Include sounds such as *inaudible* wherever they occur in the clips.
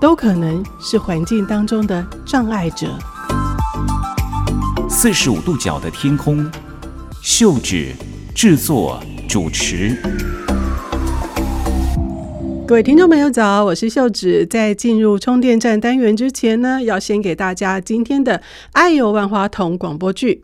都可能是环境当中的障碍者。四十五度角的天空，秀芷制作主持。各位听众朋友早，我是秀芷。在进入充电站单元之前呢，要先给大家今天的《爱有万花筒》广播剧。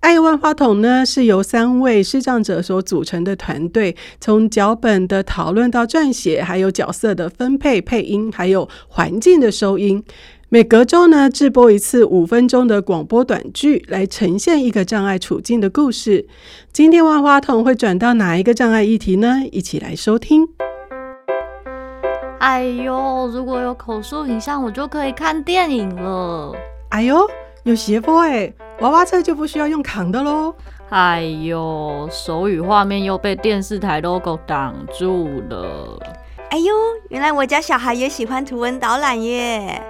爱万花筒呢，是由三位视障者所组成的团队，从脚本的讨论到撰写，还有角色的分配、配音，还有环境的收音。每隔周呢，制播一次五分钟的广播短剧，来呈现一个障碍处境的故事。今天万花筒会转到哪一个障碍议题呢？一起来收听。哎呦，如果有口述影像，我就可以看电影了。哎呦，有斜坡哎，娃娃车就不需要用扛的喽。哎呦，手语画面又被电视台 logo 挡住了。哎呦，原来我家小孩也喜欢图文导览耶！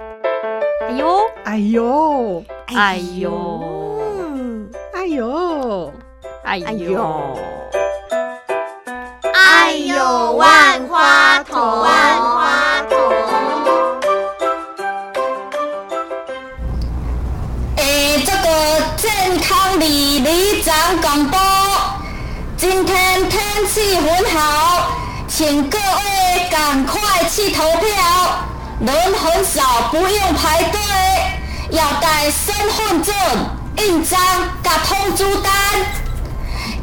哎呦，哎呦，哎呦，嗯，哎呦，哎哎呦呦，哎呦，万花筒，万花筒。诶，这个健康里里长广播，今天天气很好，请各位赶快去投票。人很少，不用排队，要带身份证、印章、甲通知单。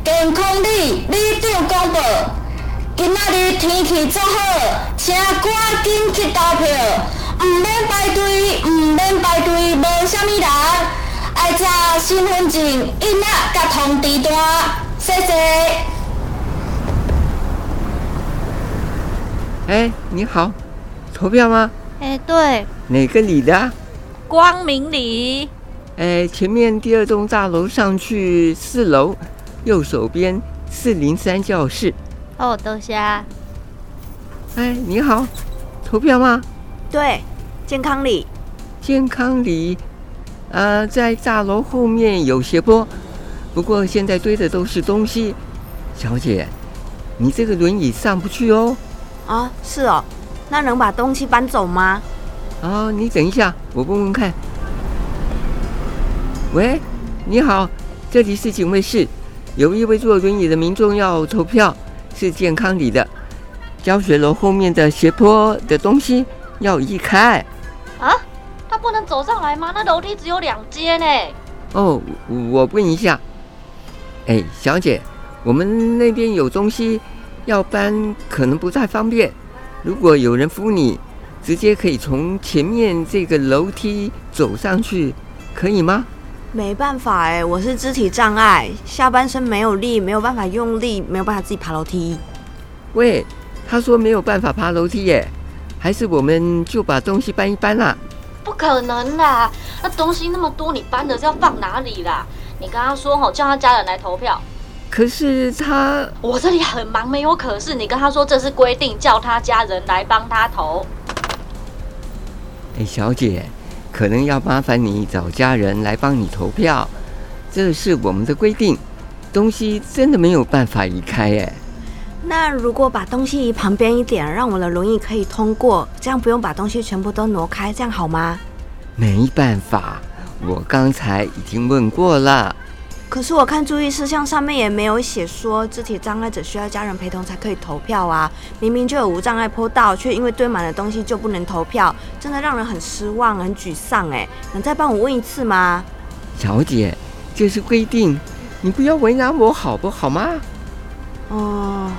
健康里里长公布，今仔日天气足好，请赶紧去投票，毋免排队，毋免排队，无啥物人，爱查身份证、印仔甲通知单，谢谢。哎，你好，投票吗？哎、对，哪个里的啊？光明里，哎，前面第二栋大楼上去四楼，右手边四零三教室。哦，等下，哎，你好，投票吗？对，健康里，健康里，呃，在大楼后面有斜坡，不过现在堆的都是东西。小姐，你这个轮椅上不去哦。哦，是哦，那能把东西搬走吗？哦，你等一下，我问问看。喂，你好，这里是警卫室，有一位坐轮椅的民众要投票，是健康里的教学楼后面的斜坡的东西要移开。他不能走上来吗？那楼梯哦只有两阶呢。哦，我问一下，哎，小姐，我们那边有东西要搬，可能不太方便。如果有人扶你，直接可以从前面这个楼梯走上去，可以吗？没办法哎，我是肢体障碍，下半身没有力，没有办法用力，没有办法自己爬楼梯。喂，他说没有办法爬楼梯耶，还是我们就把东西搬一搬啦、不可能啦，那东西那么多，你搬的是要放哪里啦？你跟他说吼，叫他家人来投票。可是他，我这里很忙，没有可是，你跟他说这是规定，叫他家人来帮他投。哎，小姐，可能要麻烦你找家人来帮你投票，这是我们的规定。东西真的没有办法移开耶。那如果把东西移旁边一点，让我的轮椅可以通过，这样不用把东西全部都挪开，这样好吗？没办法，我刚才已经问过了。可是我看注意事项上面也没有写说肢体障碍者需要家人陪同才可以投票啊，明明就有无障碍坡道，却因为堆满了东西就不能投票，真的让人很失望、很沮丧哎。能再帮我问一次吗？小姐，这是规定，你不要为难我好不好吗？哦，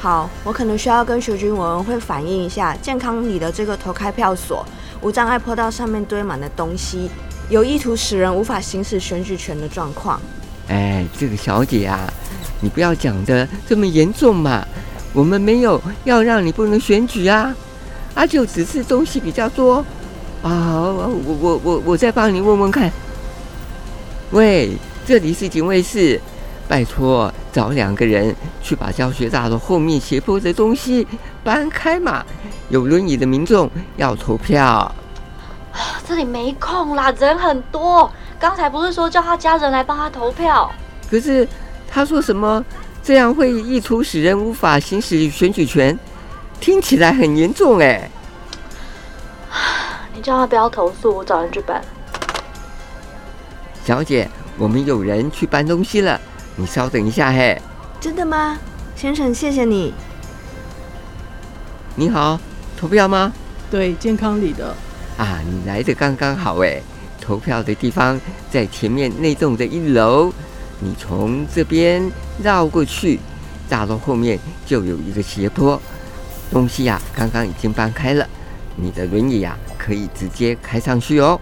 好，我可能需要跟学军委员会反映一下健康里的这个投开票所无障碍坡道上面堆满的东西，有意图使人无法行使选举权的状况。哎，这个小姐啊，你不要讲的这么严重嘛。我们没有要让你不能选举啊，啊，就只是东西比较多，啊，我我我我再帮你问问看。喂，这里是警卫室，拜托找两个人去把教学大楼后面斜坡的东西搬开嘛。有轮椅的民众要投票。这里没空啦，人很多。刚才不是说叫他家人来帮他投票？可是他说什么这样会意图使人无法行使选举权，听起来很严重哎。你叫他不要投诉，我找人去办。小姐，我们有人去搬东西了，你稍等一下嘿。真的吗？先生，谢谢你。你好，投票吗？对健康里的啊，你来的刚刚好哎。投票的地方在前面内洞的一楼，你从这边绕过去，大楼后面就有一个斜坡。东西呀、刚刚已经搬开了，你的轮椅呀、可以直接开上去哦。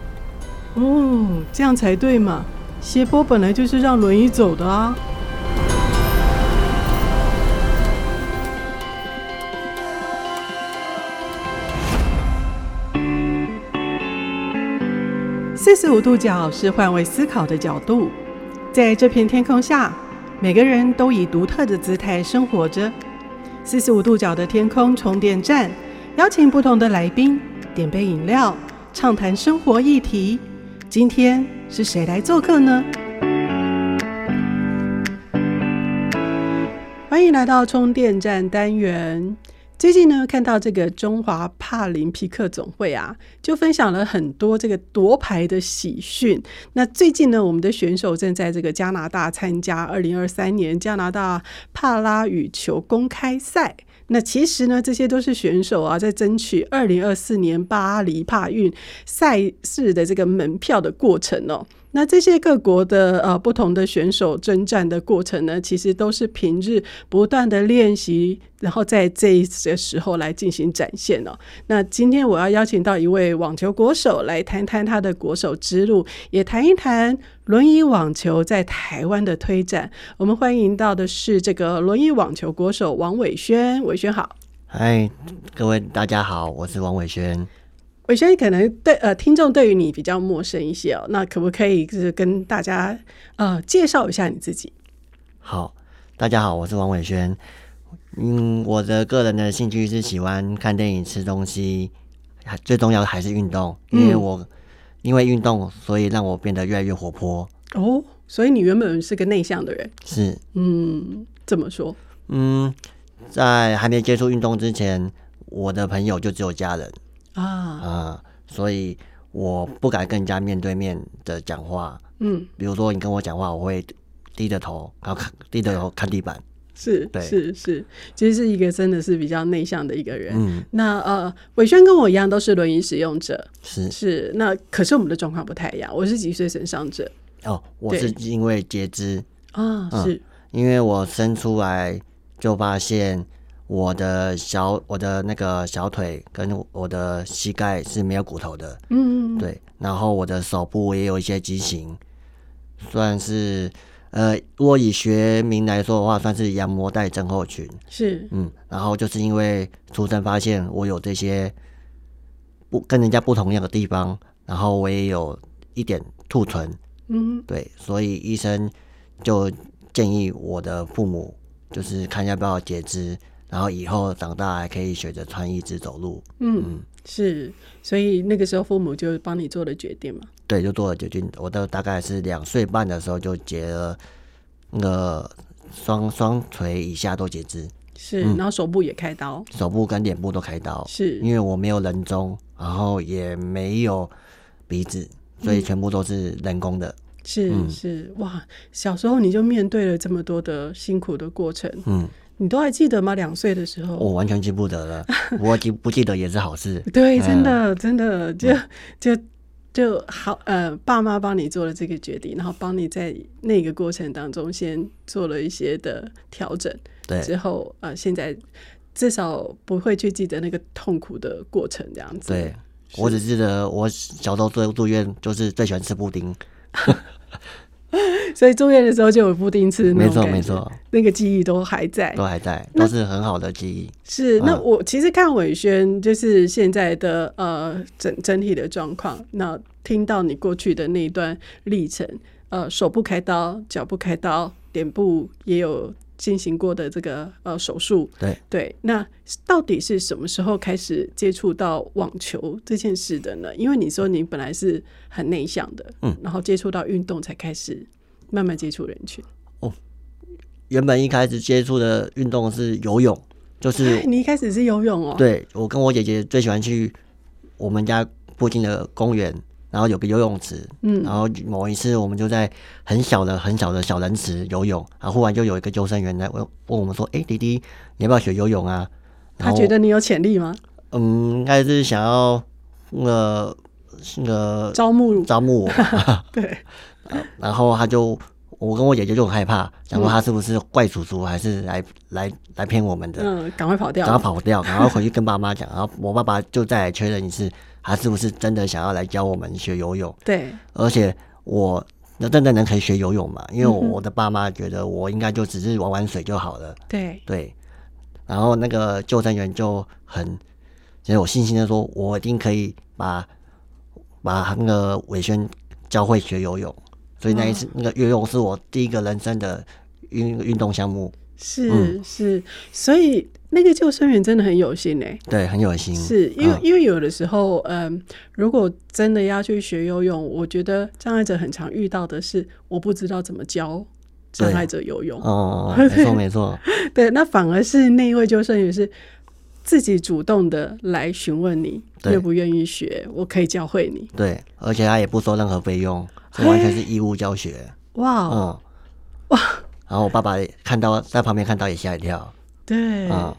哦，这样才对嘛。斜坡本来就是让轮椅走的啊。四十五度角是换位思考的角度，在这片天空下，每个人都以独特的姿态生活着。四十五度角的天空充电站，邀请不同的来宾点杯饮料，畅谈生活议题。今天是谁来做客呢？欢迎来到充电站单元。最近呢，看到这个中华帕林匹克总会啊，就分享了很多这个夺牌的喜讯。那最近呢，我们的选手正在这个加拿大参加二零二三年加拿大帕拉羽球公开赛。那其实呢，这些都是选手啊，在争取二零二四年巴黎帕运赛事的这个门票的过程哦。那这些各国的呃不同的选手征战的过程呢，其实都是平日不断的练习，然后在这一些时候来进行展现哦。那今天我要邀请到一位网球国手来谈谈他的国手之路，也谈一谈轮椅网球在台湾的推展。我们欢迎到的是这个轮椅网球国手王伟轩，伟轩好。嗨，各位大家好，我是王伟轩。伟轩可能对呃听众对于你比较陌生一些哦，那可不可以就是跟大家呃介绍一下你自己？好，大家好，我是王伟轩。嗯，我的个人的兴趣是喜欢看电影、吃东西，还最重要的还是运动，因为嗯我、因为运动，所以让我变得越来越活泼。哦，所以你原本是个内向的人，是，嗯，怎么说？嗯，在还没接触运动之前，我的朋友就只有家人啊、啊，所以我不敢跟人家面对面的讲话。嗯，比如说你跟我讲话，我会低着头，然后看低着头看地板。是对是是，其实是一个真的是比较内向的一个人。嗯，那呃，伟轩跟我一样都是轮椅使用者，是是那可是我们的状况不太一样，我是脊髓损伤者哦，我是因为截肢，啊，嗯是因为我生出来就发现我的小我的那个小腿跟我的膝盖是没有骨头的，嗯，嗯，对，然后我的手部也有一些畸形，算是呃，如果以学名来说的话，算是羊膜带症候群，是嗯，然后就是因为出生发现我有这些不跟人家不同样的地方，然后我也有一点兔唇，嗯对，所以医生就建议我的父母就是看要不要截肢，然后以后长大还可以学着穿义肢走路。嗯是，所以那个时候父母就帮你做了决定嘛，对，就做了决定。我到大概是两岁半的时候就截了那个双双腿以下都截肢，是，嗯然后手部也开刀，手部跟脸部都开刀，是因为我没有人中，然后也没有鼻子，所嗯以全部都是人工的。是嗯是，哇，小时候你就面对了这么多的辛苦的过程，嗯，你都还记得吗？两岁的时候，我完全记不得了，我记不记得也是好事。对，嗯真的，真的，就就就好，呃，爸妈帮你做了这个决定，然后帮你在那个过程当中先做了一些的调整， *laughs* 对，之后呃，现在至少不会去记得那个痛苦的过程，这样子。对，我只记得我小时候最住院就是最喜欢吃布丁，所以住院的时候就有布丁吃，没错没，错，那个记忆都还在。都还在，都是很好的记忆。是，那嗯我其实看伟轩就是现在的呃整整体的状况，那听到你过去的那一段历程，呃，手部开刀，脚部开刀，脸部也有进行过的这个呃手术，对对，那到底是什么时候开始接触到网球这件事的呢？因为你说你本来是很内向的，嗯，然后接触到运动才开始慢慢接触人群，原本一开始接触的运动是游泳，就是 *laughs* 哎你一开始是游泳哦，，对我跟我姐姐最喜欢去我们家附近的公园，然后有个游泳池，嗯然后某一次我们就在很小的很小的小人池游泳，然后忽然就有一个救生员来问问我们说：“哎、迪迪，你要不要学游泳啊？”然他后觉得你有潜力吗？嗯，应该是想要呃那个招募招募 *laughs* 我，对。然后他就我跟我姐姐就很害怕，想嗯说他是不是怪叔叔，还是来来来骗我们的？嗯，赶快跑掉。赶快跑掉，赶快回去跟爸 *laughs* 妈讲。然后我爸爸就再来确认一次，他是不是真的想要来教我们学游泳？对，而且我那真的能可以学游泳嘛？因为我嗯哼我的爸妈觉得我应该就只是玩玩水就好了。对，对，然后那个救生员就很很有信心的说，我一定可以把把那个伟轩教会学游泳。所以那一嗯次，那个游泳是我第一个人生的运运动项目，是、嗯是，所以那个救生员真的很有心哎、对，很有心。是因为、嗯因为有的时候，嗯，如果真的要去学游泳，我觉得障碍者很常遇到的是，我不知道怎么教障对碍者游泳。哦，没错没错，对，那反而是那一位救生员是自己主动的来询问你对愿不愿意学，我可以教会你。对，而且他也不收任何费用，这完全是义务教学。哇、嗯，哦，哇！然后我爸爸也看到在旁边看到也吓一跳。对，嗯，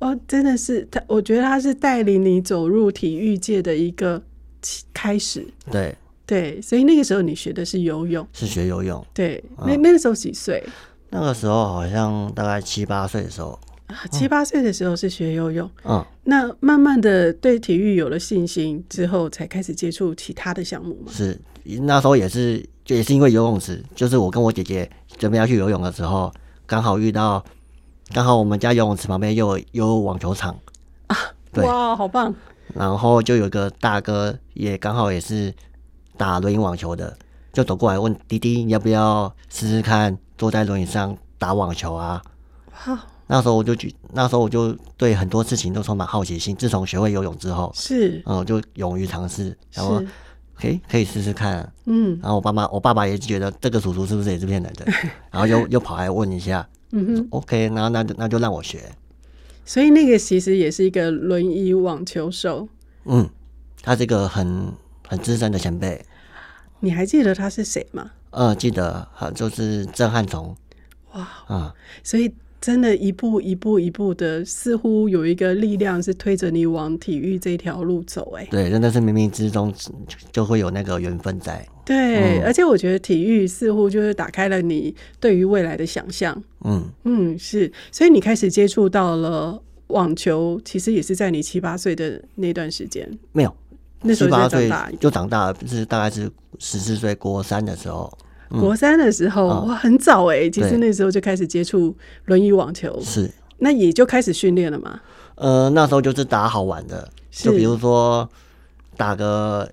哦，真的是他，我觉得他是带领你走入体育界的一个起开始。对，对，所以那个时候你学的是游泳。是学游泳。对，那那个时候几岁那个时候好像大概七八岁的时候，啊？七八岁的时候是学游泳，嗯，那慢慢的对体育有了信心之后，才开始接触其他的项目嘛。是那时候也是，就也是因为游泳池，就是我跟我姐姐准备要去游泳的时候，刚好遇到，刚好我们家游泳池旁边又有又有网球场，对啊哇，好棒！然后就有个大哥也刚好也是打轮椅网球的，就走过来问弟弟你要不要试试看坐在轮椅上打网球啊？哇，那时候我就觉，那时候我就对很多事情都充满好奇心。自从学会游泳之后，是嗯，我就勇于尝试，然后是，可以可以试试看。嗯然后我爸妈，我爸爸也觉得这个叔叔是不是也是骗人 *laughs* 的，然后又又跑来问一下嗯哼， ，OK，然后那就那就让我学，所以那个其实也是一个轮椅网球手。嗯，他这个很很资深的前辈，你还记得他是谁吗？呃，记得啊，就是郑汉从，哇，啊、所以真的，一步一步一步的，似乎有一个力量是推着你往体育这条路走、哎，对，真的是冥冥之中就就会有那个缘分在，对，嗯而且我觉得体育似乎就是打开了你对于未来的想象。嗯，嗯，是，所以你开始接触到了网球，其实也是在你七八岁的那段时间。没有，那时十候八就长岁大，就长大了，是大概是十四岁国三的时候，国三的时候，嗯哇，很早哎、其实对那时候就开始接触轮椅网球，是，那也就开始训练了嘛。呃，那时候就是打好玩的，是就比如说打个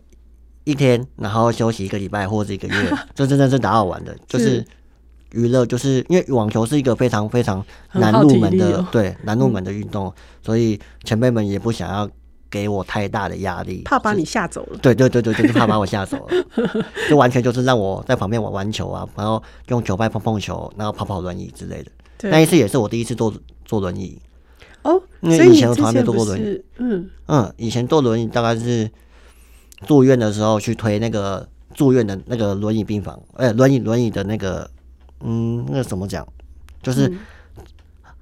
一天，然后休息一个礼拜或者一个 *laughs* 月，这真的是打好玩的，就是是娱乐，就是因为网球是一个非常非常难很耗入体门力哦的，嗯对难入门的运动，所以前辈们也不想要给我太大的压力，怕把是你吓走了，对对对对，就是怕把我吓走了， *laughs* 就完全就是让我在旁边玩玩球啊，然后用球拍碰碰球，然后跑跑轮椅之类的。那一对次也是我第一次坐坐轮椅，哦，因为所以以你前我之从来没前坐不过轮椅是，嗯，嗯，以前坐轮椅大概是住院的时候去推那个住院的那个轮椅病房，呃、轮椅轮椅的那个，嗯，那个怎么讲，就是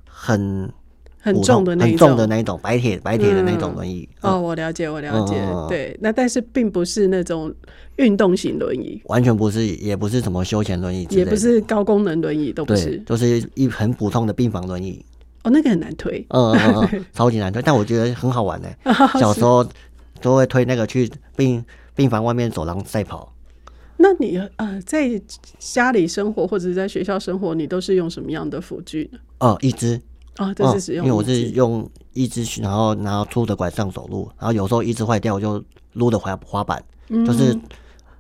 很嗯很普重通的那一很种重的那一种白铁白铁的那种嗯轮椅，哦，嗯，我了解，我了解，嗯嗯嗯对，那但是并不是那种运动型轮椅，完全不是，也不是什么休闲轮椅之类也的，不是高功能轮椅，都不对是，。就是一很普通的病房轮椅，哦，那个很难推，嗯嗯嗯 *laughs* 嗯，超级难推，但我觉得很好玩呢、小时候都会推那个去病病房外面走廊赛跑，那你呃，在家里生活或者是在学校生活，你都是用什么样的辅具呢？哦，一只，啊，都哦是使，因用、为我是，用一只去，然后拿粗的拐杖走路，然后有时候一只坏掉，我就撸的滑滑板，嗯就是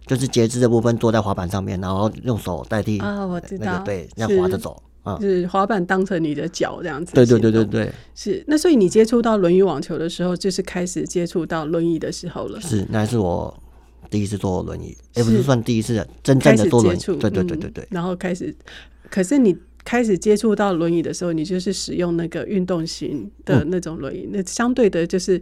就是截肢的部分坐在滑板上面，然后用手代替啊我知那道个对，这是样滑着走啊，是滑板当成你的脚这样子。对对对对，对，是。那所以你接触到轮椅网球的时候，就是开始接触到轮椅的时候了。是那是我第一次坐轮椅，也不是是算第一次的，真正开的始坐接轮椅，触，对对对嗯对对，然后开始，可是你开始接触到轮椅的时候，你就是使用那个运动型的嗯那种轮椅，那相对的就是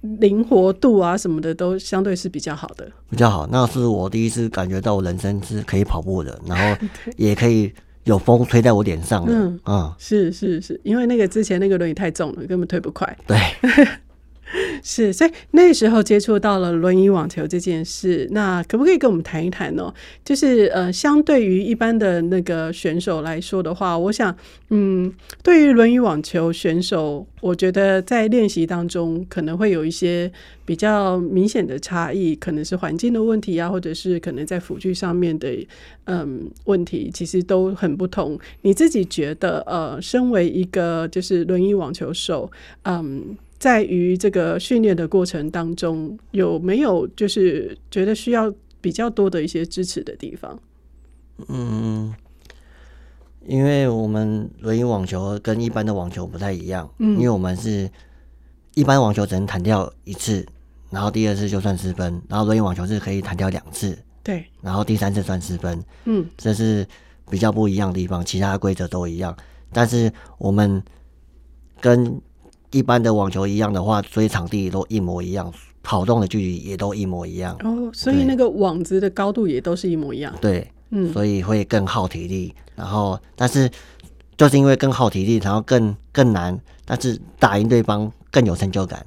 灵活度啊什么的都相对是比较好的。比较好。那是我第一次感觉到我人生是可以跑步的，*laughs* 然后也可以有风吹在我脸上的嗯啊、是是是，因为那个之前那个轮椅太重了，根本推不快。对， *laughs* 是，所以那时候接触到了轮椅网球这件事，那可不可以跟我们谈一谈呢？就是呃，相对于一般的那个选手来说的话，我想，嗯，对于轮椅网球选手，我觉得在练习当中可能会有一些比较明显的差异，可能是环境的问题啊，或者是可能在辅具上面的嗯问题，其实都很不同。你自己觉得，呃，身为一个就是轮椅网球手，嗯，在于这个训练的过程当中，有没有就是觉得需要比较多的一些支持的地方？嗯，因为我们轮椅网球跟一般的网球不太一样，因为我们是一般网球只能弹掉一次，然后第二次就算失分，然后轮椅网球是可以弹掉两次，对，然后第三次算失分，嗯，这是比较不一样的地方，其他规则都一样，但是我们跟一般的网球一样的话，所以场地都一模一样，跑动的距离也都一模一样，哦，所以对那个网子的高度也都是一模一样。对，嗯，所以会更耗体力。然后，但是就是因为更耗体力，然后更更难，但是打赢对方更有成就感。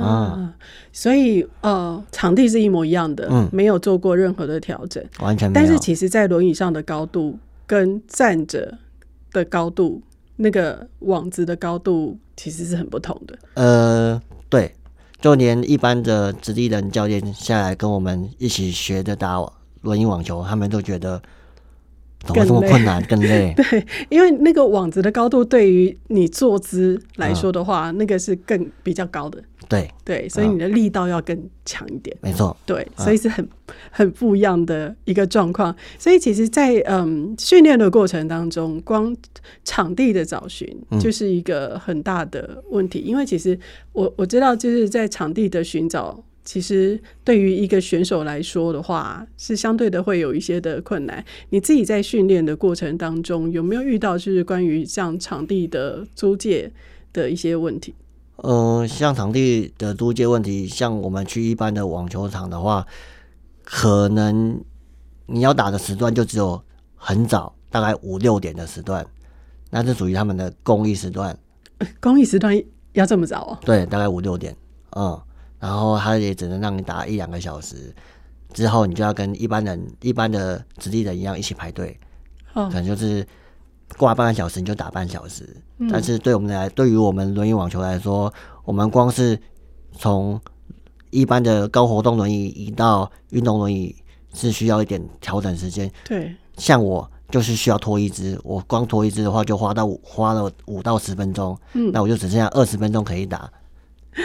啊，所以呃，场地是一模一样的，嗯没有做过任何的调整。完全没但有。是其实，在轮椅上的高度跟站着的高度，那个网子的高度其实是很不同的。呃，对，就连一般的直立人教练下来跟我们一起学着打轮椅网球，他们都觉得怎么这么更累困难，*laughs* 更累。对，因为那个网子的高度对于你坐姿来说的话，那个是更比较高的，对，对，所以你的力道要更强一点。没错，对，所以是很很不一样的一个状况。所以其实在，嗯训练的过程当中，光场地的找寻嗯就是一个很大的问题，因为其实我我知道，就是在场地的寻找。其实对于一个选手来说的话，是相对的会有一些的困难。你自己在训练的过程当中，有没有遇到就是关于像场地的租借的一些问题？呃，像场地的租借问题，像我们去一般的网球场的话，可能你要打的时段就只有很早，大概五六点的时段，那是属于他们的公益时段，公益时段要这么早哦？对，大概五六点，嗯，然后他也只能让你打一两个小时，之后你就要跟一般人、一般的直立人一样一起排队，哦可能就是挂半个小时你就打半小时。嗯但是对我们来，对于我们轮椅网球来说，我们光是从一般的高活动轮椅移到运动轮椅是需要一点调整时间。对，像我就是需要拖一只，我光拖一只的话就花到五花了五到十分钟，嗯那我就只剩下二十分钟可以打。 *laughs*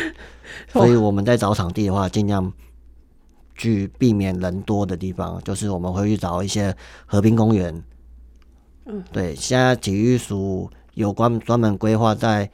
所以我们在找场地的话，尽量去避免人多的地方，就是我们会去找一些和平公园。嗯，对，现在体育署有关专门规划在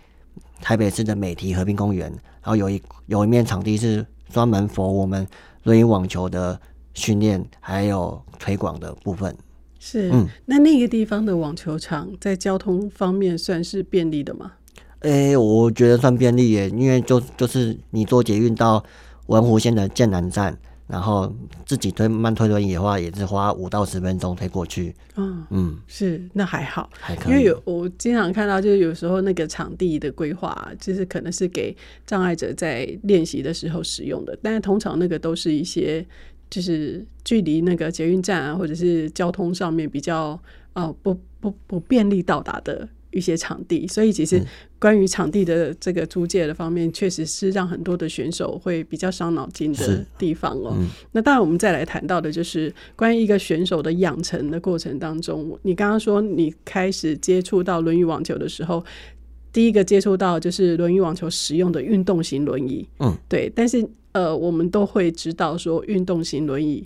台北市的美堤和平公园，然后有一有一面场地是专门 for 我们轮椅网球的训练还有推广的部分。是，嗯那那个地方的网球场在交通方面算是便利的吗？诶、我觉得算便利耶，因为就就是你坐捷运到文湖线的剑南站，然后自己推慢推轮椅的话，也是花五到十分钟推过去。嗯，嗯，是，那还好，还可以。因为有我经常看到，就是有时候那个场地的规划，就是可能是给障碍者在练习的时候使用的，但是通常那个都是一些就是距离那个捷运站啊，或者是交通上面比较呃不不不便利到达的一些场地，所以其嗯实关于场地的这个租借的方面，确实是让很多的选手会比较伤脑筋的是地方哦。嗯那当然，我们再来谈到的就是关于一个选手的养成的过程当中，我你刚刚说你开始接触到轮椅网球的时候，第一个接触到就是轮椅网球使用的运动型轮椅，嗯，对。但是呃，我们都会知道说，运动型轮椅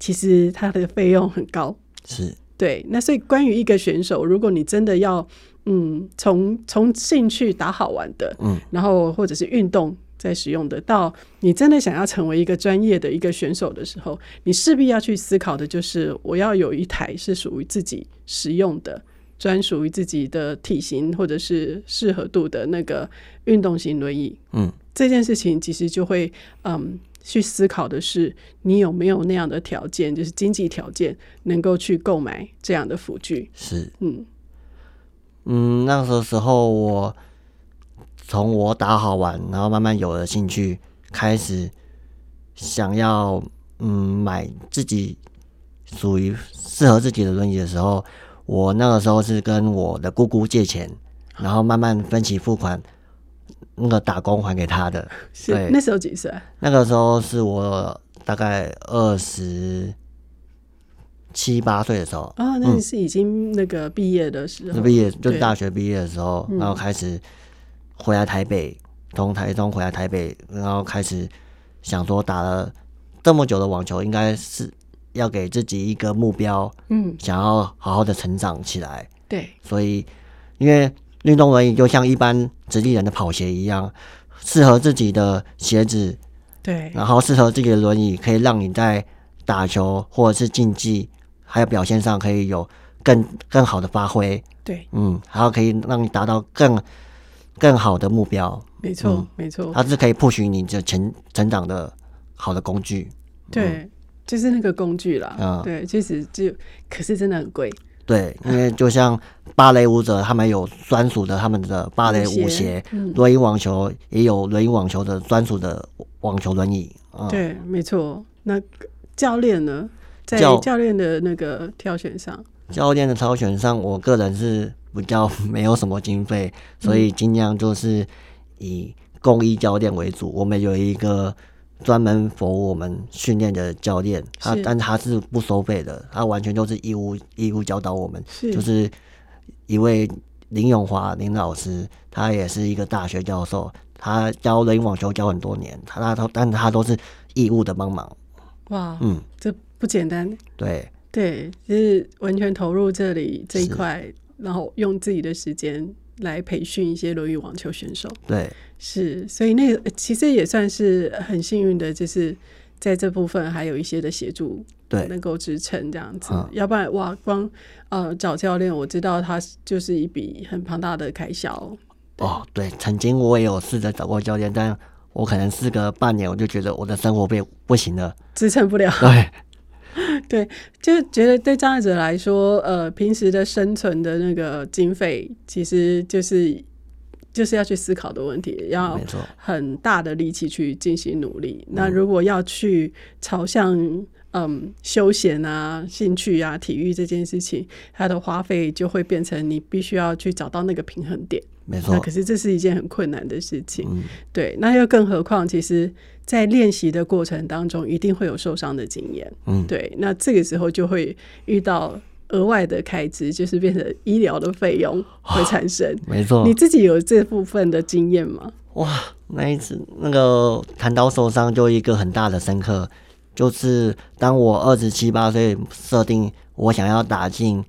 其实它的费用很高，是对，那所以关于一个选手，如果你真的要嗯，从从兴趣打好玩的，嗯，然后或者是运动在使用的，到你真的想要成为一个专业的一个选手的时候，你势必要去思考的就是，我要有一台是属于自己使用的。专属于自己的体型或者是适合度的那个运动型轮椅，嗯，这件事情其实就会嗯去思考的是，你有没有那样的条件，就是经济条件能够去购买这样的辅具。是，嗯嗯，那个时候我从我打好玩，然后慢慢有了兴趣，开始想要嗯买自己属于适合自己的轮椅的时候，我那个时候是跟我的姑姑借钱，然后慢慢分期付款，那个打工还给她的。是对那时候几岁啊？那个时候是我大概二十七八岁的时候，哦，那你是已经那个毕业的时候，嗯是毕业就是对大学毕业的时候，然后开始回来台北，从台中回来台北，然后呃开始想说打了这么久的网球，应该是要给自己一个目标，嗯，想要好好的成长起来。对，所以，因为运动轮椅就像一般直立人的跑鞋一样，适合自己的鞋子，对，然后适合自己的轮椅，可以让你在打球或者是竞技还有表现上可以有更更好的发挥。对，嗯，然后可以让你达到更更好的目标，没错，嗯没错，它是可以迫使你的成成长的好的工具。对，就是那个工具啦。啊对，其实就可是真的很贵。对，因为就像芭蕾舞者，他们有专属的他们的芭蕾舞舞鞋鞋嗯，轮椅网球也有轮椅网球的专属的网球轮椅。嗯，对，没错。那教练呢，在教教练的那个挑选上，教练的挑选上，我个人是比较没有什么经费，嗯所以尽量就是以公益教练为主。我们有一个专门服务我们训练的教练，他是但他是不收费的，他完全就是义务义务教导我们，是就是一位林永华林老师，他也是一个大学教授，他教人网球教很多年，他他都但他都是义务的帮忙，哇，嗯，这不简单。对，对，就是完全投入这里这一是块，然后用自己的时间来培训一些轮椅网球选手。对，是，所以那个其实也算是很幸运的，就是在这部分还有一些的协助，对能够支撑这样子。嗯要不然哇，光呃找教练，我知道他就是一笔很庞大的开销。哦，对，曾经我也有试着找过教练，但我可能试个半年，我就觉得我的生活费不行了。 *laughs* 哎支撑不了，对，对，就觉得对障碍者来说，呃，平时的生存的那个经费，其实就是就是要去思考的问题，要没错嗯很大的力气去进行努力。那如果要去朝向嗯休闲啊、兴趣啊、体育这件事情，它的花费就会变成你必须要去找到那个平衡点。没那错可，是这是一件很困难的事情，嗯对。那又更何况，其实，在练习的过程当中，一定会有受伤的经验，嗯，对。那这个时候就会遇到额外的开支，就是变成医疗的费用会哦产生。没错你。自己有这部分的经验吗？哇，那一次那个弹刀受伤就一个很大的深刻，就是当我二十七八岁设定我想要打进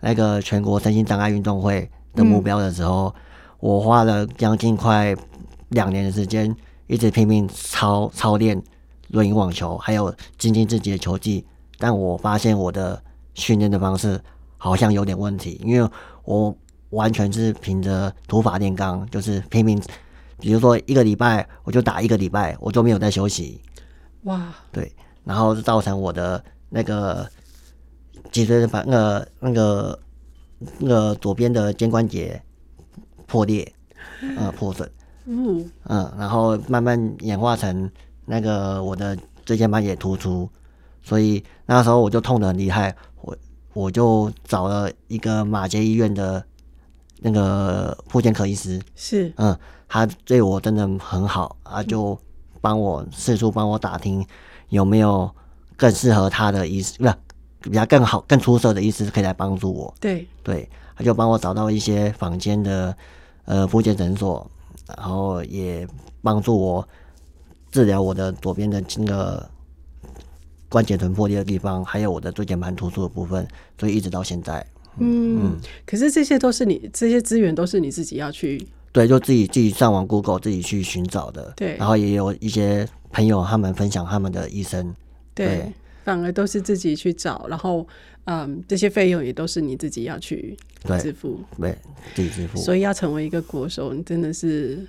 那个全国身心障碍运动会的目标的时候，我花了将近快两年的时间，一直拼命操操练轮椅网球，还有精进自己的球技。但我发现我的训练的方式好像有点问题，因为我完全是凭着土法炼钢，就是拼命，比如说一个礼拜我就打一个礼拜，我都没有在休息，哇，对，然后造成我的那个脊椎的反那个那个那个左边的肩关节破裂，呃，破损，嗯，嗯，然后慢慢演化成那个我的椎间盘也突出，所以那时候我就痛得很厉害，我我就找了一个马偕医院的那个妇健科医师，是嗯，他对我真的很好啊，就帮我四处帮我打听有没有更适合他的医师，不是比他更好、更出色的医师可以来帮助我。对，对，他就帮我找到一些坊间的呃复健诊所，然后也帮助我治疗我的左边的那个关节臀破裂的地方，还有我的椎间盘突出的部分，所以一直到现在，嗯，可是这些都是你这些资源都是你自己要去，对，就自己自己上网 Google 自己去寻找的，对然后也有一些朋友他们分享他们的医生，对，对反而都是自己去找，然后嗯，这些费用也都是你自己要去对支付，对，自己支付，所以要成为一个国手，你真的是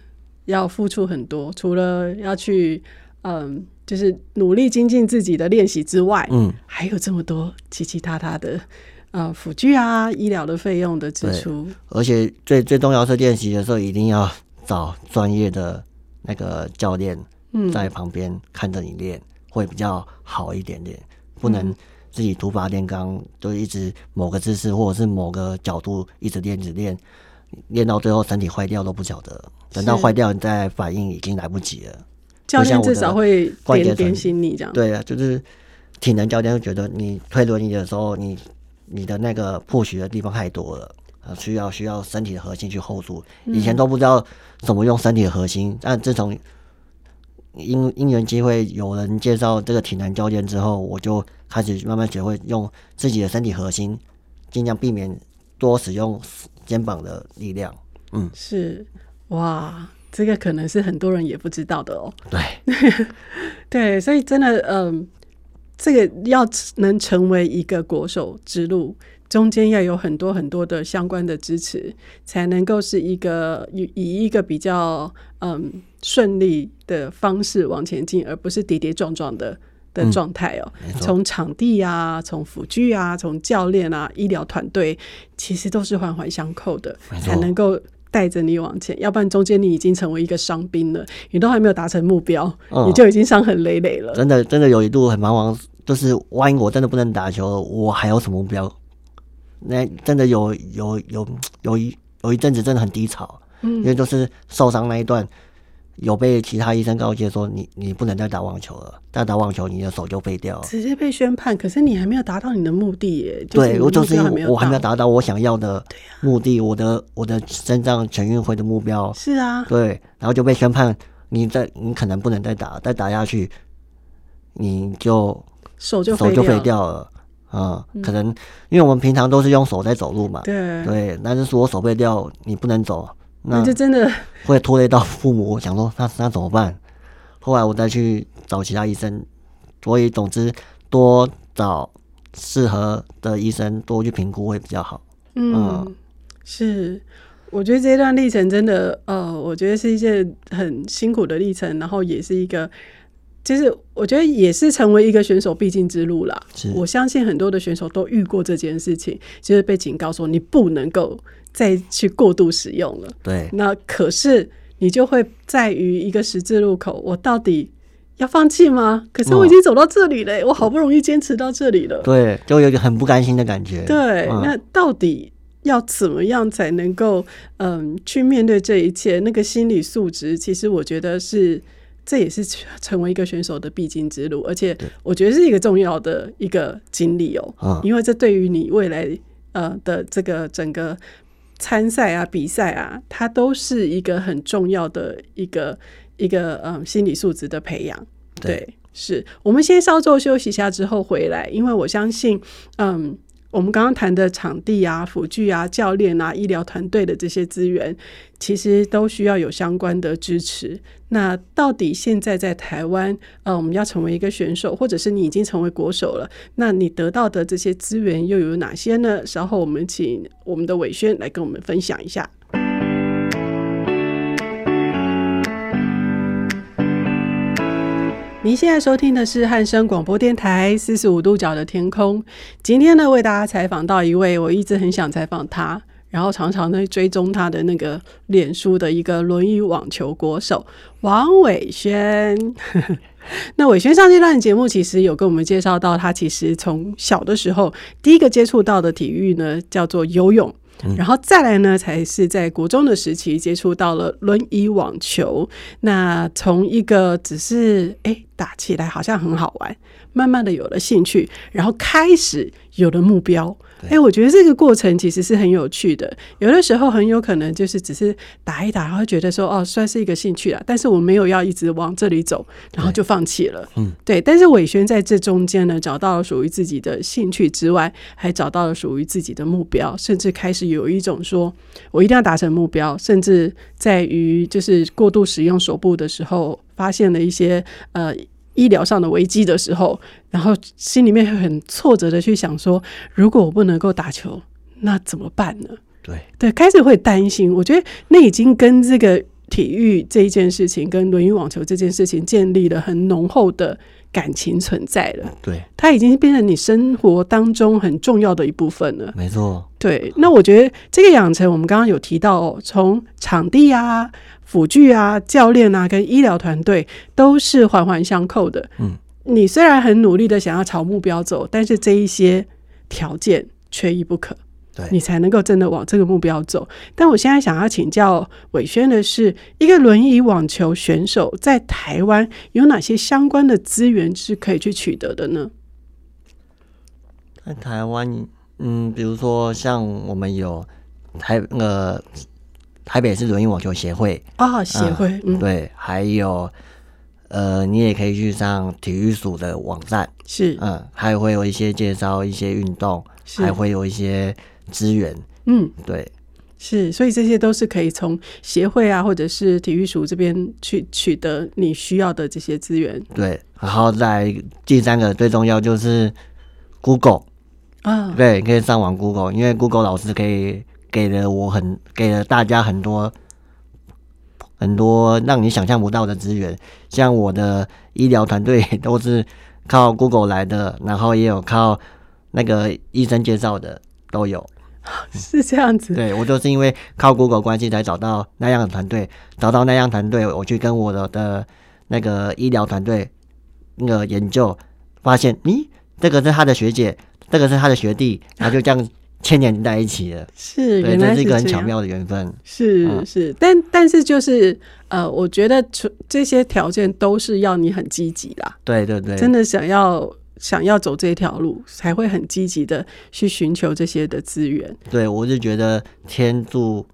要付出很多，除了要去嗯，就是努力精进自己的练习之外，嗯，还有这么多奇奇他他的呃辅具啊、医疗的费用的支对出，而且最最重要是练习的时候一定要找专业的那个教练嗯在旁边看着你练，会比较好一点点，不能嗯自己突发练钢，就一直某个姿势或者是某个角度一直练一直练，练到最后身体坏掉都不晓得，等到是坏掉你再反应已经来不及了。教练像我至的少会关节点点疼醒你这样，对啊，就是体能教练会觉得你推轮椅的时候，你你的那个 push 的地方太多了，呃，需要需要身体的核心去 hold 住。以嗯前都不知道怎么用身体的核心，但自从因因缘机会有人介绍这个体能教练之后，我就开始慢慢学会用自己的身体核心，尽量避免多使用肩膀的力量。是哇，这个可能是很多人也不知道的哦。对， *laughs* 对，所以真的，嗯，这个要能成为一个国手之路，中间要有很多很多的相关的支持，才能够是一个以以一个比较嗯顺利的方式往前进，而不是跌跌撞撞的。的状态哦，从场地啊，从辅具啊，从教练啊，医疗团队，其实都是环环相扣的，才能够带着你往前。要不然中间你已经成为一个伤兵了，你都还没有达成目标，嗯你就已经伤痕累累了。真的真的有一度很彷徨，就是万一我真的不能打球了，我还有什么目标？那真的有有有有一有一阵子真的很低潮，嗯因为就是受伤那一段，有被其他医生告诫说你你不能再打网球了，再打网球你的手就废掉了。直接被宣判，可是你还没有达到你的目的耶。是你对，的我就目是标因还为我我还没有到。啊达到我想要的目的，我的我的身上全运会的目标，是啊，对，然后就被宣判你再你可能不能再打，再打下去你就手就手废就掉废了。掉了。啊、可能因为我们平常都是用手在走路嘛，对，对，但是如果手废掉，你不能走，那那就真的会拖累到父母，想说那那怎么办？后来我再去找其他医生，所以总之多找适合的医生，多去评估会比较好。嗯，是，我觉得这段历程真的，呃，我觉得是一件很辛苦的历程，然后也是一个，就是我觉得也是成为一个选手必经之路啦是。我相信很多的选手都遇过这件事情，就是被警告说你不能够再去过度使用了。对，那可是你就会在于一个十字路口，我到底要放弃吗？可是我已经走到这里了、我好不容易坚持到这里了。哦对，就有一个很不甘心的感觉。对，嗯那到底要怎么样才能够嗯去面对这一切？那个心理素质，其实我觉得是。这也是成为一个选手的必经之路，而且我觉得是一个重要的一个经历哦，嗯因为这对于你未来呃的这个整个参赛啊、比赛啊，它都是一个很重要的一个一个嗯心理素质的培养。对对，是我们先稍作休息一下之后回来，因为我相信，嗯，我们刚刚谈的场地啊、辅具啊、教练啊、医疗团队的这些资源，其实都需要有相关的支持。那到底现在在台湾，呃，我们要成为一个选手，或者是你已经成为国手了，那你得到的这些资源又有哪些呢？稍后我们请我们的伟轩来跟我们分享一下。您现在收听的是汉声广播电台四十五度角的天空。今天呢，为大家采访到一位我一直很想采访他，然后常常呢追踪他的那个脸书的一个轮椅网球国手王伟轩。那伟轩上这段节目其实有跟我们介绍到，他其实从小的时候第一个接触到的体育呢叫做游泳。然后再来呢，才是在国中的时期接触到了轮椅网球。那从一个只是哎打起来好像很好玩，慢慢的有了兴趣，然后开始有了目标。哎，我觉得这个过程其实是很有趣的。有的时候很有可能就是只是打一打，然后觉得说哦，算是一个兴趣啊，但是我没有要一直往这里走，然后就放弃了。嗯，对。但是伟轩在这中间呢，找到了属于自己的兴趣之外，还找到了属于自己的目标，甚至开始有一种说我一定要达成目标，甚至在于就是过度使用手部的时候，发现了一些呃。医疗上的危机的时候，然后心里面会很挫折的去想说，如果我不能够打球，那怎么办呢？对，对，开始会担心。我觉得那已经跟这个体育这一件事情，跟轮椅网球这件事情建立了很浓厚的感情存在了。对，它已经变成你生活当中很重要的一部分了。没错，对，那我觉得这个养成，我们刚刚有提到、哦，从场地啊、辅具啊、教练啊跟医疗团队都是环环相扣的。嗯，你虽然很努力的想要朝目标走，但是这一些条件缺一不可，对，你才能够真的往这个目标走。但我现在想要请教伟轩的是，一个轮椅网球选手在台湾有哪些相关的资源是可以去取得的呢？在台湾，嗯，比如说像我们有台那个台北市轮椅网球哦协会，啊，协会，嗯，对，还有呃，你也可以去上体育署的网站，是，嗯，还会有一些介绍一些运动，是还会有一些资源，嗯。对，是，所以这些都是可以从协会啊，或者是体育署这边去取得你需要的这些资源对，然后再来第三个最重要就是 Google，啊。对，可以上网 Google，因为 Google 老师可以给了我很给了大家很多很多让你想象不到的资源，像我的医疗团队都是靠 Google 来的，然后也有靠那个医生介绍的都有。是这样子。对我就是因为靠 Google 关系才找到那样的团队，找到那样团队，我去跟我的的那个医疗团队那个研究，发现，咦，这个是他的学姐，这个是他的学弟，然后就这样牵连在一起了。 *laughs* 是，对，原这来是是一个很这巧样妙的缘分。是嗯是，但但是就是呃，我觉得除这些条件都是要你很积极啦，对对对，真的想要想要走这条路，才会很积极的去寻求这些的资源。对我是觉得天助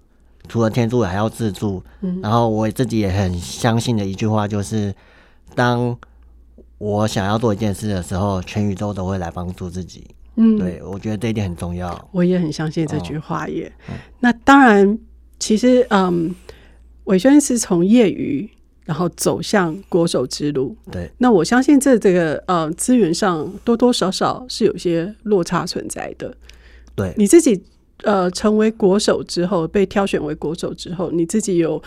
除了天助还要自助。嗯然后我自己也很相信的一句话就是，当我想要做一件事的时候，全宇宙都会来帮助自己。嗯，对，我觉得这一点很重要。我也很相信这句话耶。哦嗯那当然，其实嗯，伟轩是从业余然后走向国手之路。对，那我相信这这个呃资源上多多少少是有些落差存在的。对，你自己呃成为国手之后，被挑选为国手之后，你自己有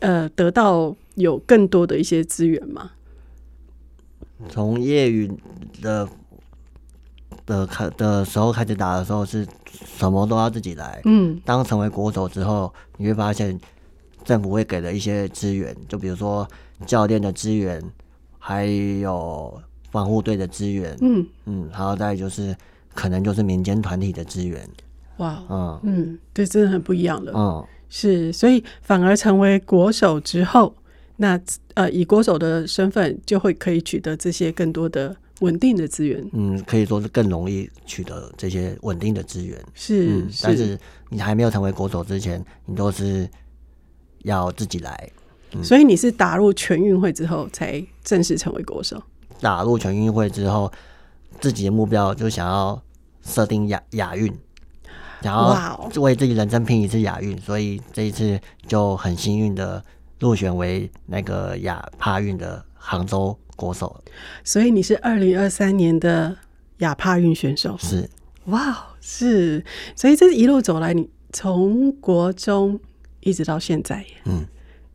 呃得到有更多的一些资源吗？从业余的的开的时候开始打的时候，是什么都要自己来。嗯，当成为国手之后，你会发现政府会给了一些资源，就比如说教练的资源，还有防护队的资源，嗯，嗯，还有再就是可能就是民间团体的资源，哇，嗯嗯，对，真的很不一样了。嗯，是，所以反而成为国手之后，那呃以国手的身份就会可以取得这些更多的稳定的资源。嗯，可以说是更容易取得这些稳定的资源。是、嗯，但是你还没有成为国手之前，你都是要自己来所以你是打入全运会之后才正式成为国手。打入全运会之后，自己的目标就想要设定亚亚运，然哇后哦为自己人生拼一次亚运，所以这一次就很幸运的入选为那个亚帕运的杭州国手，所以你是二零二三年的亚帕运选手。是哇哦，是，所以这一路走来，你从国中一直到现在，嗯，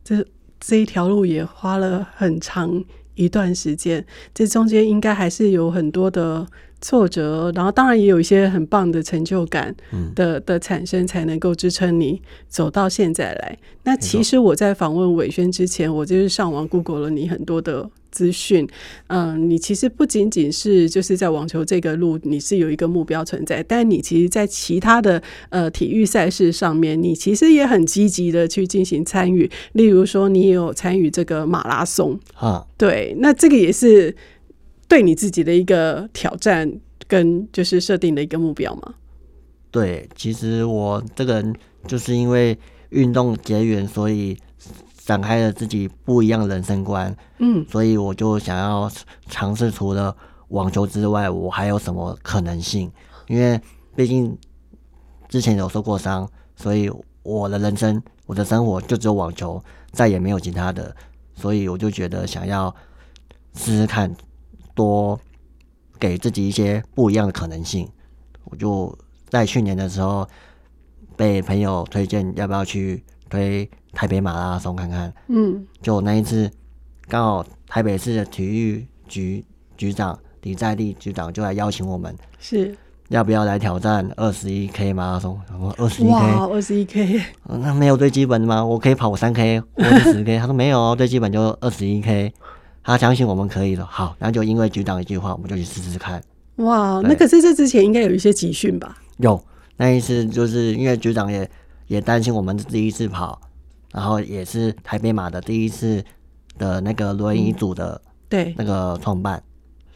这这一条路也花了很长一段时间，这中间应该还是有很多的挫折，然后当然也有一些很棒的成就感的、的产生，才能够支撑你走到现在来。那其实我在访问伟轩之前，我就是上网 Google 了你很多的资讯。嗯，你其实不仅仅是就是在网球这个路，你是有一个目标存在，但你其实在其他的呃体育赛事上面，你其实也很积极的去进行参与。例如说，你也有参与这个马拉松，啊，对，那这个也是对你自己的一个挑战，跟就是设定的一个目标嘛。对，其实我这个人就是因为运动结缘，所以展开了自己不一样的人生观，嗯所以我就想要尝试除了网球之外，我还有什么可能性？因为毕竟之前有受过伤，所以我的人生、我的生活就只有网球，再也没有其他的，所以我就觉得想要试试看，多给自己一些不一样的可能性。我就在去年的时候被朋友推荐要不要去推台北马拉松看看，嗯就那一次，刚好台北市的体育局局长李在立局长就来邀请我们，是要不要来挑战二十一 K 马拉松？我说二十一哇，哦 K，呃二十一 K，那没有最基本的吗？我可以跑三 K 或者十 K。他说没有哦，最基本就二十一 K。他相信我们可以的，好，那就因为局长一句话，我们就去试试看。哇，对那可是这之前应该有一些集训吧？有那一次，就是因为局长也也担心我们是第一次跑，然后也是台北马的第一次的那个轮椅组的对，那个创办，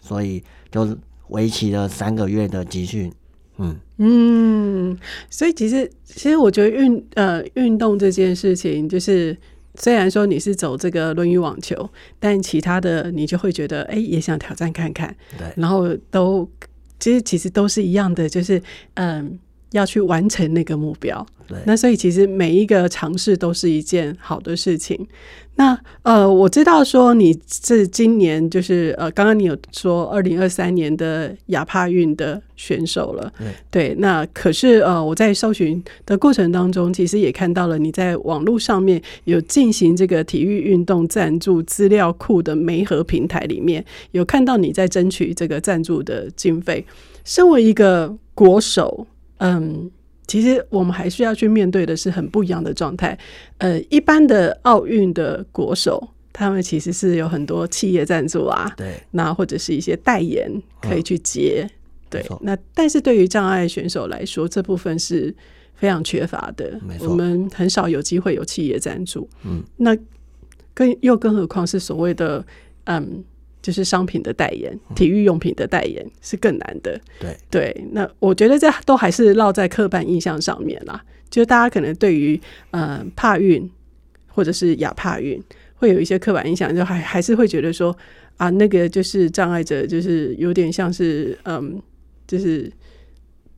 所以就为期了三个月的集训。嗯，嗯，所以其实其实我觉得运呃运动这件事情，就是虽然说你是走这个轮椅网球，但其他的你就会觉得哎、也想挑战看看，对然后都其实其实都是一样的，就是嗯。要去完成那个目标，对那所以其实每一个尝试都是一件好的事情。那呃，我知道说你是今年就是呃，刚刚你有说二零二三年的亚帕运的选手了，对，那可是呃，我在搜寻的过程当中，其实也看到了你在网络上面有进行这个体育运动赞助资料库的媒合平台里面，有看到你在争取这个赞助的经费。身为一个国手，嗯，其实我们还需要去面对的是很不一样的状态。呃，一般的奥运的国手，他们其实是有很多企业赞助啊，对，那或者是一些代言可以去接。对嗯没错，那但是对于障碍选手来说，这部分是非常缺乏的没。错我们很少有机会有企业赞助。嗯，那更又更何况是所谓的嗯，就是商品的代言、体育用品的代言是更难的。嗯对，对，那我觉得这都还是落在刻板印象上面啦。就是大家可能对于呃帕运或者是亚帕运会有一些刻板印象，就还还是会觉得说啊，那个就是障碍者，就是有点像是嗯，就是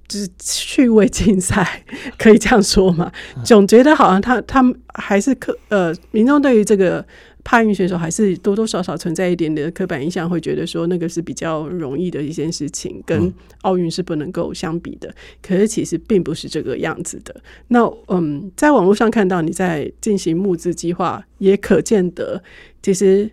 就是趣味竞赛， *laughs* 可以这样说嘛？总觉得好像他他们还是刻呃，民众对于这个。帕运选手还是多多少少存在一点点的刻板印象，会觉得说那个是比较容易的一件事情，跟奥运是不能够相比的。可是其实并不是这个样子的。那嗯，在网络上看到你在进行募资计划，也可见得，其实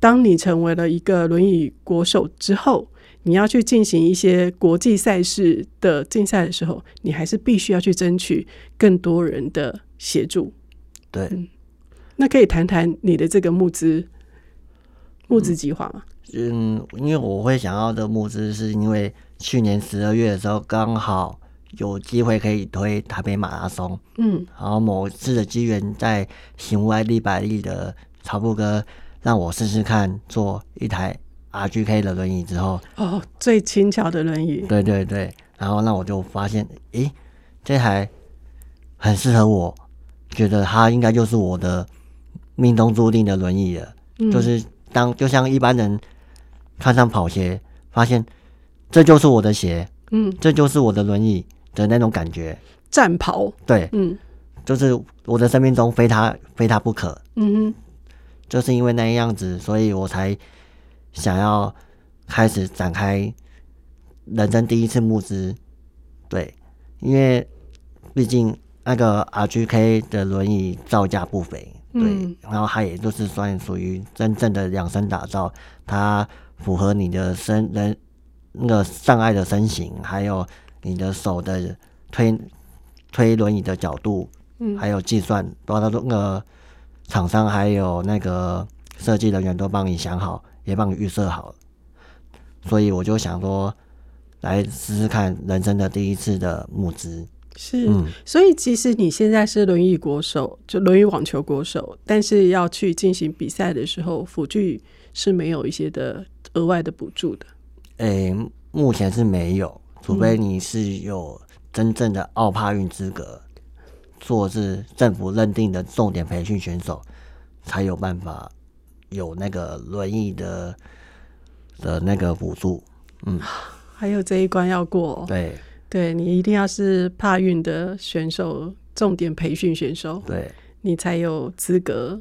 当你成为了一个轮椅国手之后，你要去进行一些国际赛事的竞赛的时候，你还是必须要去争取更多人的协助。对，那可以谈谈你的这个募资募资计划吗？嗯，因为我会想要的募资，是因为去年十二月的时候刚好有机会可以推台北马拉松，嗯然后某次的机缘在行外利百利的曹布哥让我试试看做一台 RGK 的轮椅之后，哦，最轻巧的轮椅，对对对，然后那我就发现，诶，这台很适合我，觉得它应该就是我的命中注定的轮椅了。嗯就是当就像一般人穿上跑鞋，发现这就是我的鞋，嗯，这就是我的轮椅的那种感觉。战袍，对，嗯就是我的生命中非它非它不可。嗯哼就是因为那样子，所以我才想要开始展开人生第一次募资。对，因为毕竟那个 RGK 的轮椅造价不菲，对，嗯然后它也就是算属于真正的量身打造，它符合你的身人那个障碍的身形，还有你的手的推推轮椅的角度，嗯还有计算，包括那个厂商还有那个设计人员都帮你想好，也帮你预设好了。所以我就想说，来试试看人生的第一次的募资。是，嗯所以即使你现在是轮椅国手，就轮椅网球国手，但是要去进行比赛的时候，辅具是没有一些的额外的补助的。诶、目前是没有，除非你是有真正的奥帕运资格，做是政府认定的重点培训选手，才有办法有那个轮椅的的那个补助。还有这一关要过哦、对对你一定要是帕运的选手，重点培训选手，对你才有资格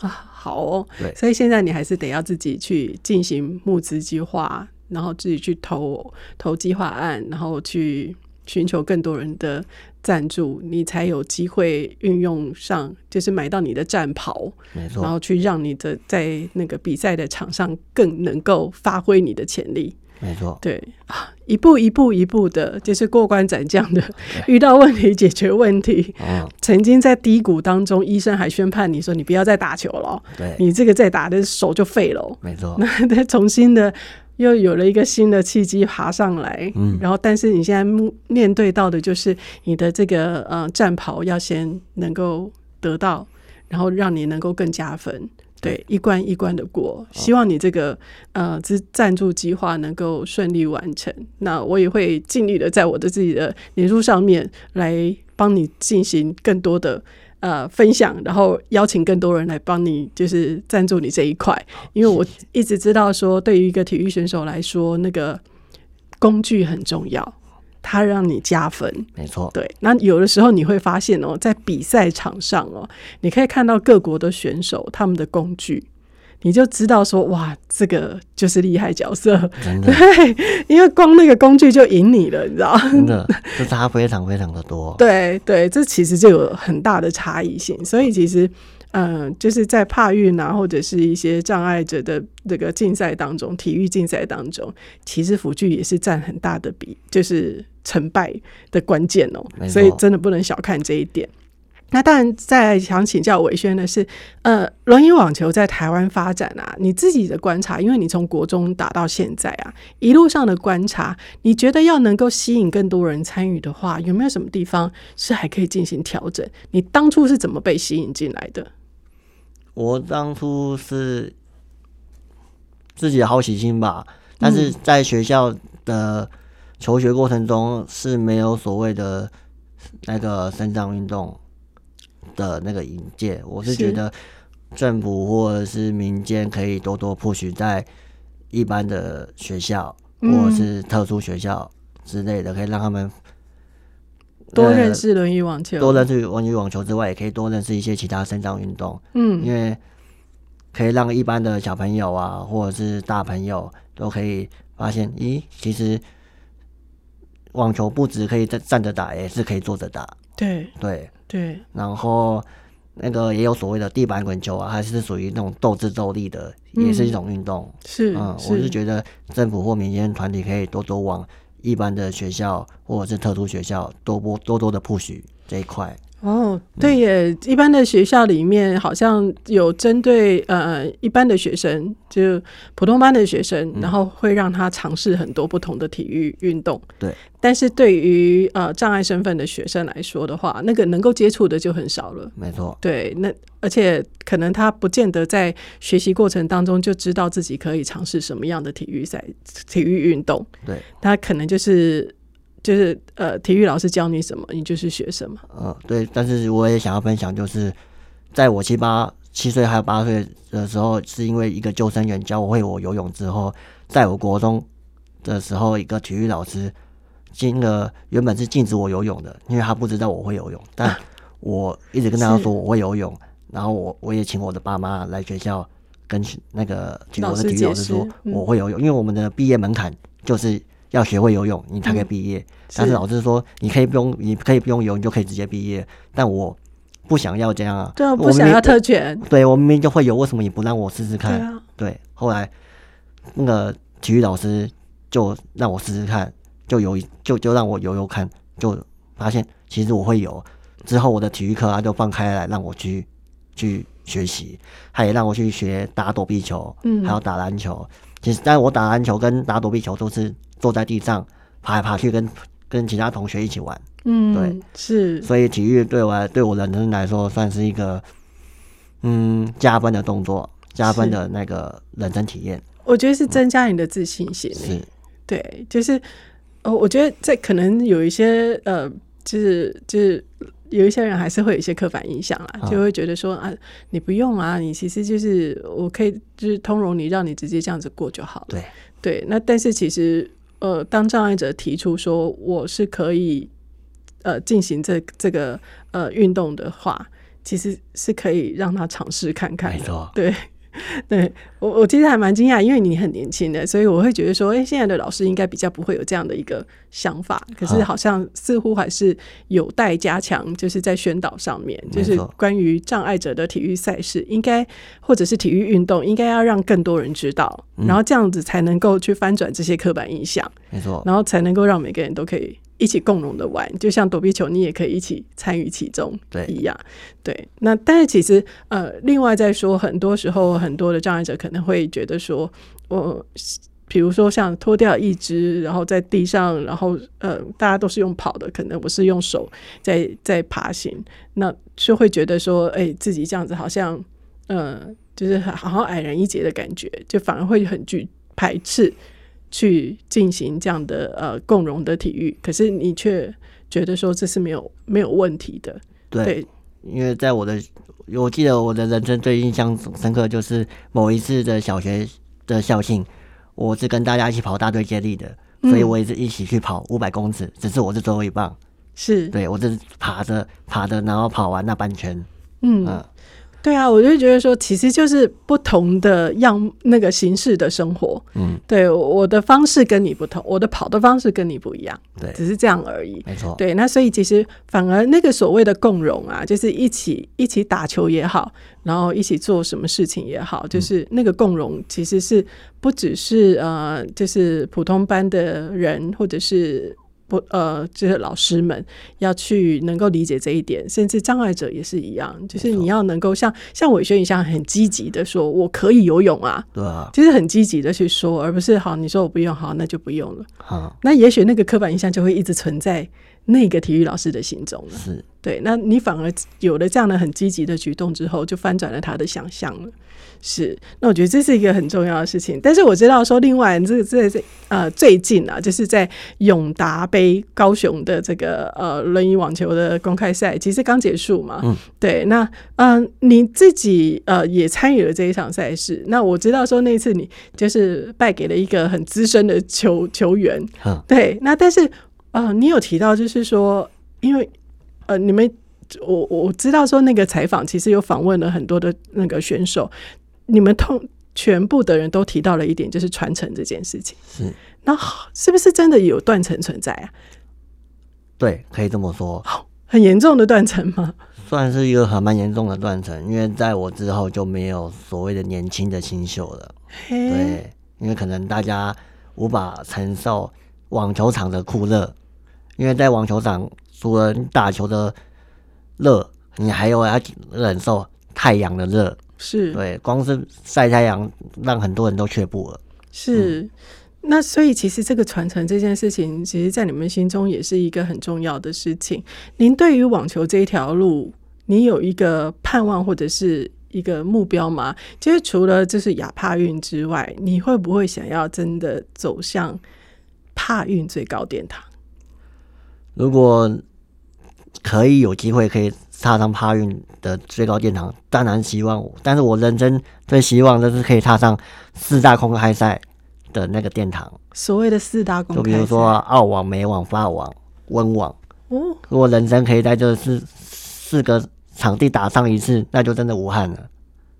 啊。好哦，对所以现在你还是得要自己去进行募资计划，然后自己去投投计划案，然后去寻求更多人的赞助，你才有机会运用上，就是买到你的战袍，没然错后去让你的在那个比赛的场上更能够发挥你的潜力。没错，对 *laughs* 啊，一步一步一步的，就是过关斩将的，遇到问题解决问题。嗯曾经在低谷当中，医生还宣判你说你不要再打球了哦，对，你这个再打的手就废了哦。没错， *laughs* 那再重新的又有了一个新的契机爬上来，嗯然后但是你现在目面对到的就是你的这个呃战袍要先能够得到，然后让你能够更加分。对，一关一关的过，希望你这个呃资赞助计划能够顺利完成。那我也会尽力的在我的自己的脸书上面来帮你进行更多的呃分享，然后邀请更多人来帮你，就是赞助你这一块。因为我一直知道说，对于一个体育选手来说，那个工具很重要，它让你加分。没错，对，那有的时候你会发现哦，在比赛场上哦，你可以看到各国的选手他们的工具，你就知道说哇，这个就是厉害角色。 *laughs* 真的对，因为光那个工具就赢你了，你知道。真的，就差非常非常的多。 *laughs* 对对，这其实就有很大的差异性，所以其实，嗯、就是在帕运啊，或者是一些障碍者的这个竞赛当中，体育竞赛当中，其实辅具也是占很大的比，就是成败的关键哦、没所以错真的不能小看这一点。那当然，在想请教伟轩的是，呃，轮椅网球在台湾发展啊，你自己的观察，因为你从国中打到现在啊，一路上的观察，你觉得要能够吸引更多人参与的话，有没有什么地方是还可以进行调整？你当初是怎么被吸引进来的？我当初是自己的好奇心嗯吧，但是在学校的求学过程中是没有所谓的那个生长运动的那个引介。我是是觉得政府或者是民间可以多多 push 在一般的学校嗯或者是特殊学校之类的，可以让他们多呃认识轮椅网球，多认识网球网球之外，也可以多认识一些其他生长运动。嗯因为可以让一般的小朋友啊，或者是大朋友都可以发现，咦，其实网球不止可以站站着打，也是可以坐着打，对对。对然后那个也有所谓的地板滚球啊，还是属于那种斗智斗力的，也是一种运动。啊是，嗯，我是觉得政府或民间团体可以多多往一般的学校或者是特殊学校多多多多的 push 这一块。哦，嗯对耶，一般的学校里面好像有针对呃一般的学生，就普通班的学生，嗯然后会让他尝试很多不同的体育运动。对，但是对于呃障碍身份的学生来说的话，那个能够接触的就很少了。没错，对，那而且可能他不见得在学习过程当中就知道自己可以尝试什么样的体育赛、体育运动，对，他可能就是就是呃，体育老师教你什么，你就是学什么。呃，对，但是我也想要分享，就是在我七八七岁还有八岁的时候，是因为一个救生员教我会我游泳之后，在我国中的时候，一个体育老师禁了，原本是禁止我游泳的，因为他不知道我会游泳，但我一直跟大家是说我会游泳，然后我我也请我的爸妈来学校跟去那个体老我的师体育解老师说释嗯我会游泳，因为我们的毕业门槛就是要学会游泳，你才可以毕业。但是是老师说，你可以不用，你可以不用游，你就可以直接毕业。但我不想要这样啊，对啊，我不明想明要特啊权。对我明明就会游，为什么你不让我试试对看？啊，对，后来那个体育老师就让我试试看，就游一就就让我游游看，就发现其实我会游。之后我的体育课啊就放开来让我去去学习，他也让我去学打躲避球，嗯还有打篮球。其实，但我打篮球跟打躲避球都是坐在地上爬来爬去跟，跟其他同学一起玩。嗯，对，是，所以体育对我来对我人生来说算是一个嗯加分的动作，加分的那个人生体验我觉得是增加你的自信心。欸是对，就是呃，我觉得在可能有一些呃，就是就是有一些人还是会有一些刻板印象啦，啊就会觉得说啊，你不用啊，你其实就是我可以就是通融你，让你直接这样子过就好了。对对，那但是其实呃，当障碍者提出说我是可以呃进行这这个呃运动的话，其实是可以让他尝试看看的。没错对。 *laughs* 对我，我其实还蛮惊讶，因为你很年轻的，所以我会觉得说，哎、现在的老师应该比较不会有这样的一个想法。可是啊好像似乎还是有待加强，就是在宣导上面，就没是错关于障碍者的体育赛事，应该或者是体育运动，应该要让更多人知道，嗯然后这样子才能够去翻转这些刻板印象，没错，然后才能够让每个人都可以一起共荣的玩，就像躲避球，你也可以一起参与其中对一样。对，那但是其实呃，另外再说，很多时候很多的障碍者可能会觉得说，我、嗯比如说像脱掉一只，然后在地上，然后呃，大家都是用跑的，可能我是用呃手在在爬行，那就会觉得说，哎、自己这样子好像，呃，就是好像矮人一截的感觉，就反而会很拒排斥去进行这样的呃共融的体育，可是你却觉得说这是没有没有问题的，对，因为在我的我记得我的人生最印象深刻就是某一次的小学的校庆，我是跟大家一起跑大队接力的，所以嗯我也是一起去跑五百公尺，只是我是最后一棒，是，对我是爬着爬着，然后跑完那半圈，嗯，嗯，对啊，我就觉得说，其实就是不同的样那个形式的生活。嗯，对，我的方式跟你不同，我的跑的方式跟你不一样，对，只是这样而已。没错，对，那所以其实反而那个所谓的共融啊，就是一起一起打球也好，然后一起做什么事情也好，就是那个共融其实是不只是呃，就是普通班的人或者是不呃，就是老师们要去能够理解这一点，甚至障碍者也是一样，就是你要能够像像伟轩一样很积极的说，我可以游泳啊，对啊，就是很积极的去说，而不是好你说我不用好那就不用了。好那也许那个刻板印象就会一直存在那个体育老师的心中了。是对，那你反而有了这样的很积极的举动之后，就翻转了他的想象了。是，那我觉得这是一个很重要的事情。但是我知道说，另外这这这呃，最近啊，就是在永达杯高雄的这个呃轮椅网球的公开赛，其实刚结束嘛。嗯，对。那嗯、呃你自己呃也参与了这一场赛事。那我知道说那一次你就是败给了一个很资深的球球员。哼对，那但是呃，你有提到就是说，因为呃，你们我我知道说那个采访其实有访问了很多的那个选手，你们通全部的人都提到了一点，就是传承这件事情。是。那是不是真的有断层存在啊？对，可以这么说，很严重的断层吗？算是一个还蛮严重的断层，因为在我之后就没有所谓的年轻的新秀了。嘿，对，因为可能大家无法承受网球场的酷热，因为在网球场除了你打球的热，你还有要忍受太阳的热。是对，光是晒太阳让很多人都却步了。是。嗯那所以，其实这个传承这件事情，其实，在你们心中也是一个很重要的事情。您对于网球这一条路，你有一个盼望或者是一个目标吗？其实除了就是亚帕运之外，你会不会想要真的走向帕运最高殿堂？如果可以有机会可以踏上帕运的最高殿堂，当然希望我，但是我人生最希望就是可以踏上四大公开赛的那个殿堂，所谓的四大公就开比如赛说啊澳网、美网、法网、温网。哦，如果人生可以在这四四个场地打上一次，那就真的无憾了。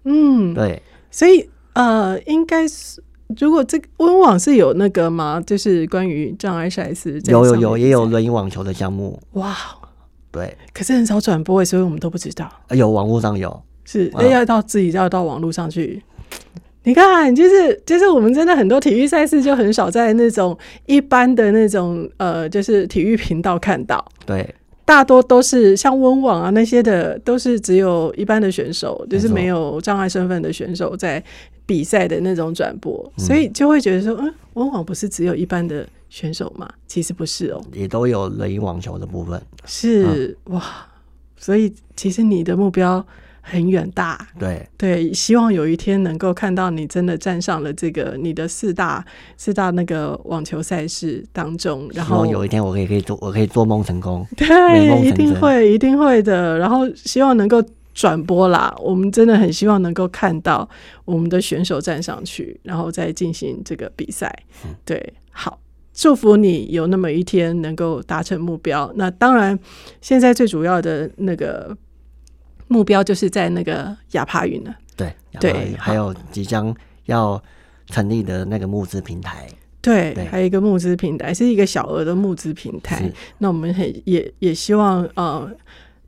嗯，对，所以呃，应该是如果这个温网是有那个吗？就是关于障碍赛事在有有上有，面也有比赛轮椅网球的项目，哇，哦对，可是很少转播耶，欸所以我们都不知道。呃有网络上有，是，啊那要到自己要到网络上去，你看，就是就是我们真的很多体育赛事就很少在那种一般的那种呃，就是体育频道看到，对，大多都是像温网啊那些的，都是只有一般的选手，就是没有障碍身份的选手在比赛的那种转播，所以就会觉得说，嗯，温网不是只有一般的选手吗？其实不是哦，也都有人影网球的部分，是、嗯哇，所以其实你的目标很远大，对，对，希望有一天能够看到你真的站上了这个你的四大四大那个网球赛事当中，然希望后有一天我可以可以做，我可以做梦成功，美梦对，一成定真会一定会的，然后希望能够转播啦，我们真的很希望能够看到我们的选手站上去，然后再进行这个比赛，嗯对，好。祝福你有那么一天能够达成目标。那当然，现在最主要的那个目标就是在那个亚帕云了。对，然对后还有即将要成立的那个募资平台，对对，还有一个募资平台，是一个小额的募资平台是。那我们很也也希望呃，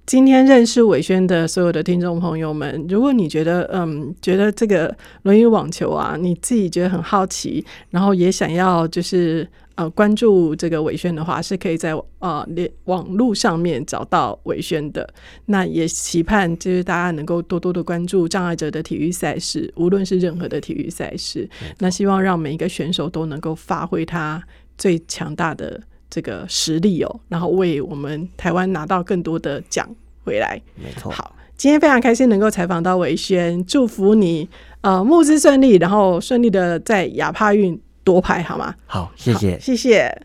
今天认识伟轩的所有的听众朋友们，如果你觉得嗯，觉得这个轮椅网球啊，你自己觉得很好奇，然后也想要就是呃关注这个伟轩的话，是可以在呃联网络上面找到伟轩的。那也期盼就是大家能够多多的关注障碍者的体育赛事，无论是任何的体育赛事。那希望让每一个选手都能够发挥他最强大的这个实力哦，然后为我们台湾拿到更多的奖回来。没错，好，今天非常开心能够采访到伟轩，祝福你呃募资顺利，然后顺利的在亚帕运夺牌，好吗？好，谢谢，谢谢。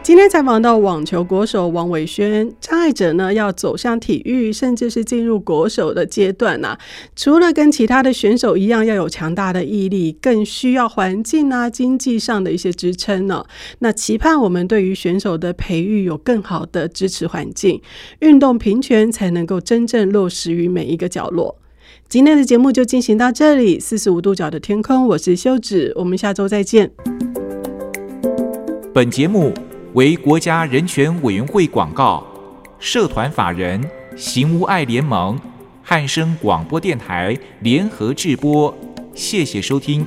今天采访到网球国手王伟轩，障碍者呢要走向体育，甚至是进入国手的阶段啊。除了跟其他的选手一样要有强大的毅力，更需要环境啊、经济上的一些支撑呢、那期盼我们对于选手的培育有更好的支持环境，运动平权才能够真正落实于每一个角落。今天的节目就进行到这里，四十五度角的天空，我是秀芷，我们下周再见。本节目为国家人权委员会广告，社团法人行无爱联盟、汉声广播电台联合制播。谢谢收听。